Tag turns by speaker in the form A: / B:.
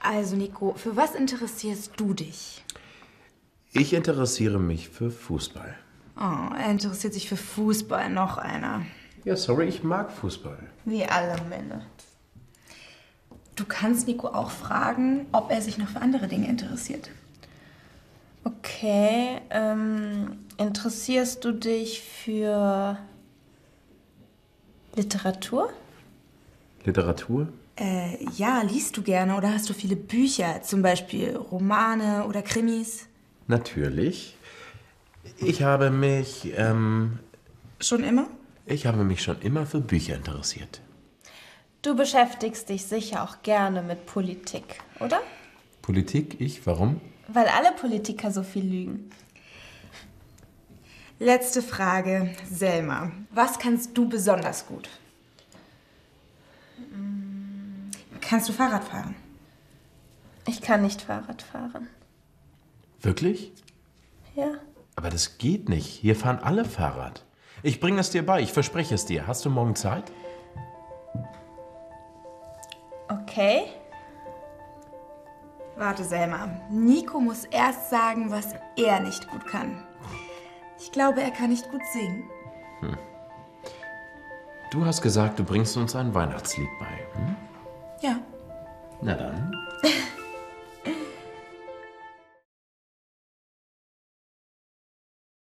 A: Also, Nico, für was interessierst du dich?
B: Ich interessiere mich für Fußball.
A: Oh, er interessiert sich für Fußball, noch einer.
B: Ja, sorry, ich mag Fußball.
A: Wie alle Männer. Du kannst Nico auch fragen, ob er sich noch für andere Dinge interessiert.
C: Okay, ähm, interessierst du dich für Literatur?
B: Literatur?
A: Äh, ja, liest du gerne oder hast du viele Bücher, zum Beispiel Romane oder Krimis?
B: Natürlich. Ich habe mich, ähm,
A: Schon immer?
B: ich habe mich schon immer für Bücher interessiert.
C: Du beschäftigst dich sicher auch gerne mit Politik, oder?
B: Politik, ich, warum?
C: Weil alle Politiker so viel lügen.
A: Letzte Frage, Selma. Was kannst du besonders gut? Kannst du Fahrrad fahren?
C: Mm. Ich kann nicht Fahrrad fahren.
B: Wirklich?
C: Ja.
B: Aber das geht nicht. Hier fahren alle Fahrrad. Ich bringe es dir bei, ich verspreche es dir. Hast du morgen Zeit?
C: Okay.
A: Warte, Selma. Nico muss erst sagen, was er nicht gut kann. Ich glaube, er kann nicht gut singen.
B: Du hast gesagt, du bringst uns ein Weihnachtslied bei. Hm?
A: Ja.
B: Na dann.